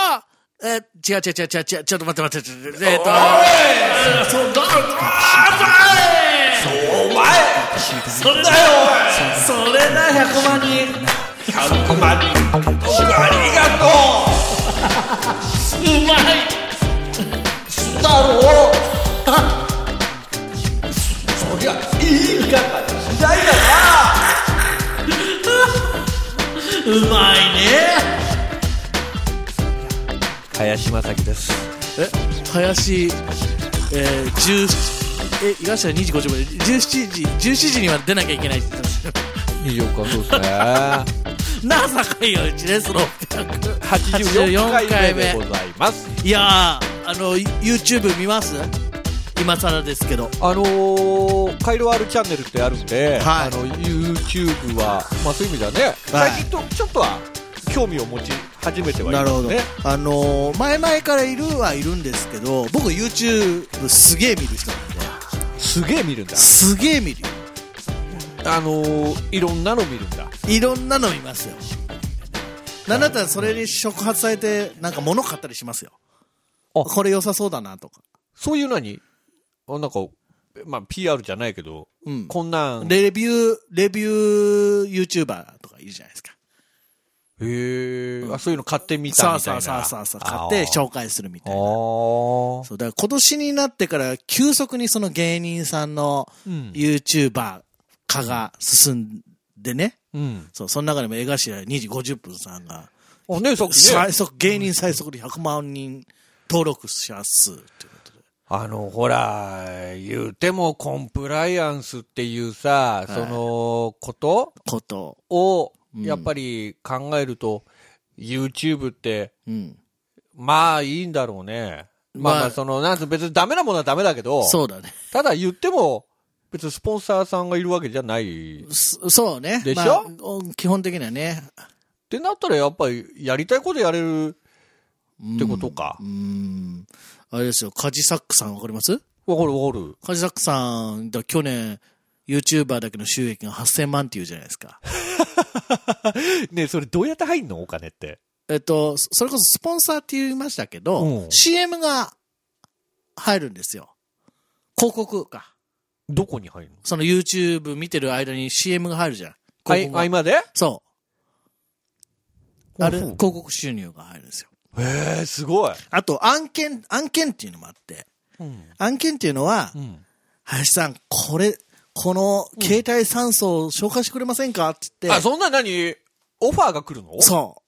えー、違う違う違う違う違う、ちょっと待って待って、ちょっとえーっと、お前それだよそれだ、100万人。 100万人ありがとううまいだろうそりゃいい方次第だなうまいね林正樹ですえ林、えー、10え東は2時50分17時17時には出なきゃいけないって言ったんですよ24日そうです ねなさかいようちです600 84回目でございますいやーあの YouTube 見ます今更ですけどあのー、カイロ R チャンネルってあるんはで、いあの YouTube は、まあ、そういう意味ではね、はい最近とちょっとは興味を持ち始めてはいますねあのー前々からいるはいるんですけど僕 YouTube すげえ見る人なんですげえ見るんだすげえ見るよあのー、いろんなの見るんだいろんなの見ますよなんだったらそれに触発されてなんか物買ったりしますよあこれ良さそうだなとかそういう何あなんか、まあ、PR じゃないけど、うんこんなんへレビュー、レビュー YouTuber とかいるじゃないですか。え、あそういうの買ってみたさあみたいさなあさあさあさあ、買ってョ紹介するみたいな。ああそう、だから今年になってから急速にその芸人さんのうん、 YouTuber 化が進んでね。うん、そう、その中でも江頭2時50分さんが、あねさっきね最速、芸人最速で100万人登録者数っていうことで。あの、ほら、言うてもコンプライアンスっていうさ、そのことこと。を、うんやっぱり考えると、YouTube って、うん。まあいいんだろうね。まあままあ、あその、なんつう別にダメなものはダメだけど、そうだね。ただ言っても、別にスポンサーさんがいるわけじゃない。っそそうね。でしょまあお基本的にはね。てなったら、やっぱり、やりたいことやれるっってことかう。ん。あれですよ、カジサックさんわかりますわ、かるわかる。カジサックさん、だ去年、YouTuber だけの収益が8000万っていうじゃないですか。ねそれどうやって入んのお金って。えっと、そそれこそスポンサーって言いましたけど、うん CM が入るんですよ。広告か。どこに入るのその YouTube 見てる間に CM が入るじゃん。は広い、告が合間でそう。あれ、ほう広告収入が入るんですよ。へえ、すごい。あと、案件、案件っていうのもあって、うん。案件っていうのは、うん。林さん、これ、この携帯酸素を紹介してくれませんかって言って、あ、そんな何オファーが来るのそ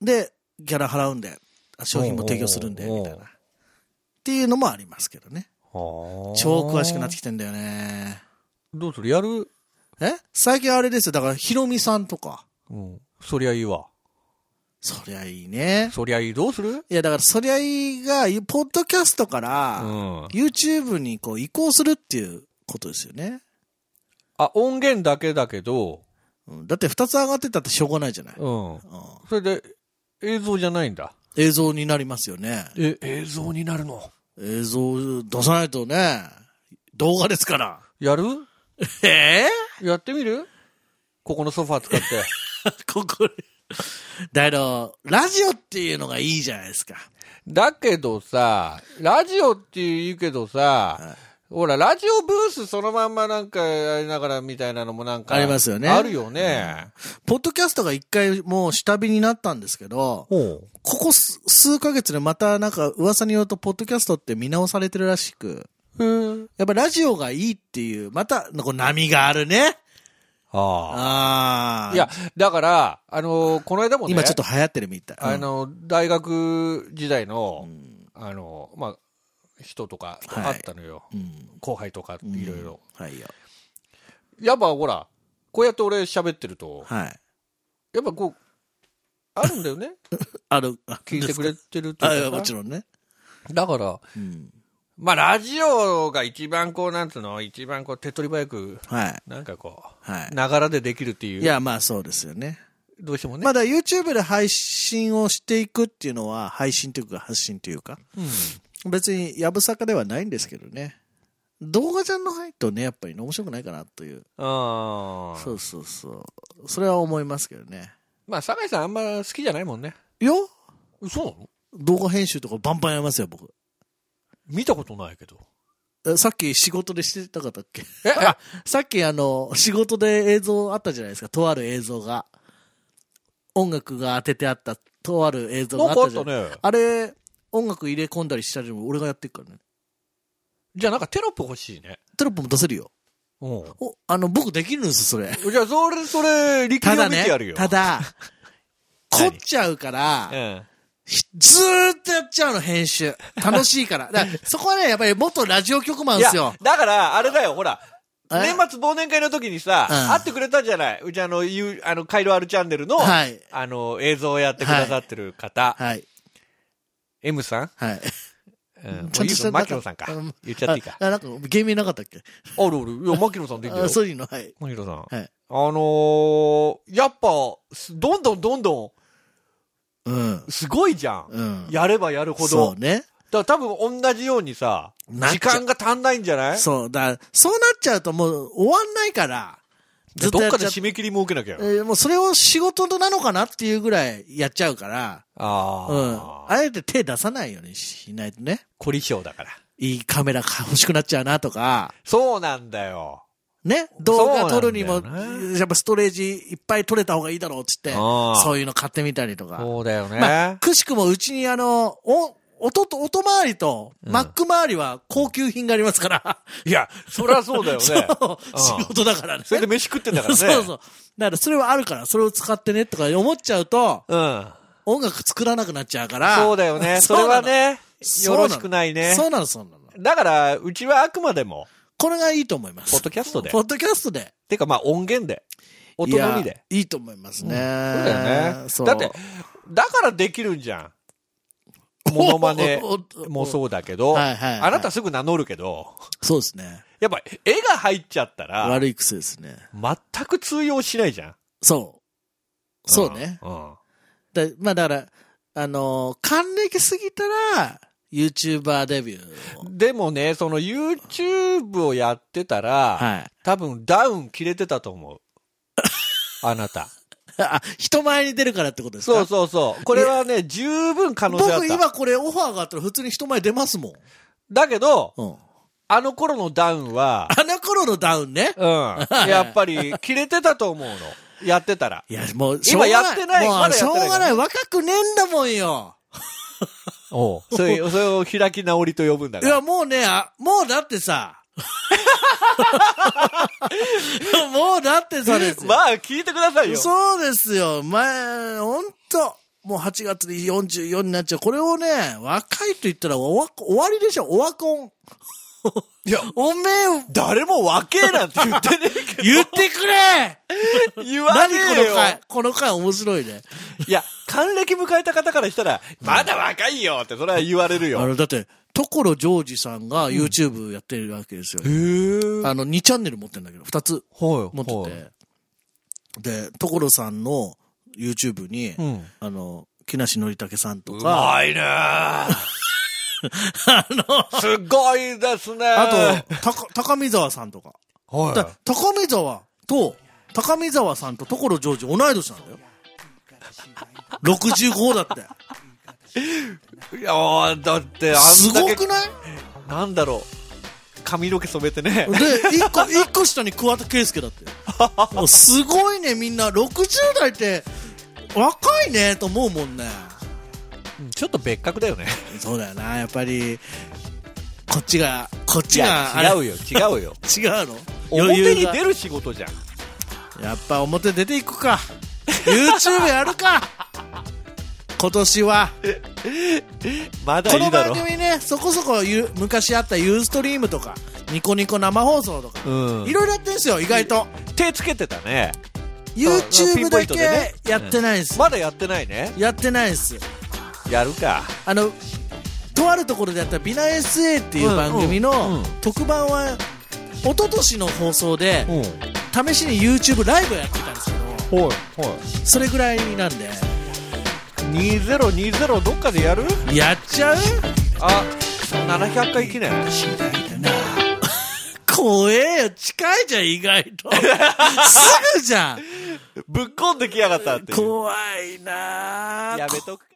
う。で、ギャラ払うんで、あ商品も提供するんで、おうおうおうみたいな。っていうのもありますけどね。超詳しくなってきてんだよね。どうするやるえ最近あれですよ。だから、ヒロミさんとか。うん。そりゃいいわ。そりゃいいね。そりゃいい。どうするいや、だから、そりゃいいが、ポッドキャストかうら、ん。 YouTube にこう移行するっていうことですよね。あ、音源だけだけど、うん、だって、二つ上がってたってしょうがないじゃない。うん。うん、それで、映像じゃないんだ。映像になりますよね。え、映像になるの映像出さないとね、動画です から。やるえ やってみるここのソファー使って。ー、ここで。だけど、ラジオっていうのがいいじゃないですか。だけどさ、ラジオって言うけどさ、ほら、ラジオブースそのまんまなんかやりながらみたいなのもなんか。ありますよねあるよね。ポッドキャストが一回もう下火になったんですけど、ほう。ここ数数ヶ月でまたなんか噂によると、ポッドキャストって見直されてるらしく、うん。やっぱラジオがいいっていう、また、こう波があるね。あああ。あ。いや、、だから、あのーこの間もね、今ちょっと流行ってるみたい。あの、大学時代うの、ん、あの、まあ、人とかとはい会ったのよ。うん。後輩とか、うん。いろいろ。。はいよ。やっぱほら、こうやって俺喋ってると、はい。やっぱこう、あるんだ よね。ある、あ聞いてくれてるとあかいやさもちろんね。だから、うん。まあ、ラジオが一番こう、なんつうの、一番こう、手っ取り早く、はい。なんかこはう、ながらでできるっていい。う。いや、まあそうですよね。どうしてもね。まあだから YouTube で配信をしていくっていうのは、配信というか発信というか、うん別にやぶさかではないんですけどね。動画じゃないとね、やっぱりね面白くないかなという。あそーうそうそう。それは思いますけどね。まあ、酒井さんあんま好きじゃないもんね。よそうなの動画編集とかバンバンやりますよ、僕。見たことないけど。えさっき仕事でしてたかったっけえ、あさっきあの、仕事で映像あったじゃないですか、とある映像が。音楽が当ててあった、とある映像があったじゃん。なんかあったねあれ、音楽入れ込んだりしたりも俺がやってるからね。じゃあなんかテロップ欲しいね。テロップも出せるよ。うお、あの、僕できるんです、それ。ん。じゃあ、それ、それ、た力量だ見ねてやるよ。、ただ、凝 何っちゃうから、うん。ひずーっとやっちゃうの、編集。楽しいから。だからそこはね、やっぱり元ラジオ局マンいでやすよ、。だから、あれだよ、ほら。え年末忘年会の時にさ、うん会ってくれたじゃない。うちあの、ゆあの、カイロアルチャンネルの、はいあの、映像をやってくださってる方、はい。 M さん、はい。うん、ちゃんとしたマキノさんかう。言っちゃっていいか。 あ、あなんか、ゲームなかったっけあるある。いや、マキノさんできるあよ。そういうの、はい。マキノさん。はい。あのー、やっぱ、すどんどんどんどうんん、。すごいじゃん。うん。やればやるほど。そうね。だから多分同じようにさ、なっち時ゃ間が足んないんじゃないそう、だそうなっちゃうともう終わんないから、ずっとどやっっかちでゃっ締め切り設けなきゃ。えーもうそれを仕事なのかなっていうぐらいやっちゃうから、あうん。あ。あえて手出さないようにしないとね。凝り性だから。いいカメラが欲しくなっちゃうなとか、そうなんだよ。ね、動画撮るにそも、うなんだよやっぱストレージいっぱい撮れた方がいいだろうっつって、あーそういうの買ってみたりとか。そうだよね。まあ、くしくもうちにあの、お、音と、音回りと、うんマック周りは高級品がありますから。いや、そりゃそうだよね。そううん仕事だからね。それで飯食ってんだからね。そうそう。だからそれはあるから、それを使ってねとか思っちゃうと、うん。音楽作らなくなっちゃうから。 そうだよね。そ そうれなのはね、そうよなのろしくないね。そうなの、そうなの。だから、うちはあくまでも、これがいいと思います。ポッドキャストでポッドキャストで。てかまあ音源で、音のみで。いや。いいと思いますね。そうだよね。そうだって、だからできるんじゃん。モノ マネおおおもそうだけど、はいはいはいあなたすぐ名乗るけど、そうですね。やっぱ絵が入っちゃったら、悪い癖ですね。全く通用しないじゃん。そう。そうね。ん。うんだまあだから、あのー、還暦過ぎたら、YouTuber デビューを。でもね、その YouTube をやってたら、はい。多分ダウン切れてたと思う。あ なた。あ、人前に出るからってことですかそうそうそう。これはね、十分可能性あっ僕た。今これオファーがあったら普通に人前出ますもん。だけど、うん。あの頃のダウンは、あの頃のダウンね。うん。やっぱり、切れてたと思うの。やってたら。いや、もう、今やってないしょうがまもう、だしやょっうてないがない。若くねえんだもんよ。おそれそれを開き直りと呼ぶんだいかや、ら。もうね、あもうだって さ。もうだってさですよ。まあ、聞いてくださいよ。そうですよ。前、ほんと。もう8月で44になっちゃう。これをね、若いと言ったらおわ終わりでしょ。オワコン。いや、おめえ、誰もわけえなんて言ってねえけ言ってくれど、言わ何ねこえのよ。回。この回面白いね。いや、還暦迎えた方からしたら、まだ若いよって、それは言われるあよ。の、だって、所ジョージさんが YouTube やってるわけですよ。ぇあの、2チャンネル持ってるんだけど、2つはい。持ってて。で、所さんの YouTube に、んあの、木梨憲武さんとうか、まいねあの、すごいですねあと、高高見沢さんとか。と、はだ高見沢と、高見沢さんと所ジョージ同い年 なんだよ。65だって。い。いやーだって、あんだけ、すごくないなんだろう、髪の毛染めてね。で、一個、一個下に桑田佳祐だって。すごいね、みんな。60代って、若いね、と思うもんね。ちょっと別格だよね。そうだよな、やっぱり、こっちが、こっ いちやが、、違うよ、違う よ。う。違うの表に出るる仕事じゃん。やっぱ表出ていくか。YouTube やるか。今年は。まだこいのいだろ番。組ね、そこそこゆ昔あったユーストリームとか、ニコニコ生放送とか、うんいろいろやってんすよ、意外と。手つけてたね。 YouTube だピンポイントでねけやってないんですよまだやってないね。やってないですやるか。あのとあるところでやった「ビナ SA」っていう番組うんうんうのん特番は一昨年の放送でん。試しに YouTube ライブをやってたんですけどほい、ほそれぐらいなんでい。2020どっかでやるやっちゃうあ、700回記念。 怖えよ近いじゃん意外 とすぐじゃんぶっこんできやがったっていう。怖いなあやめとくか。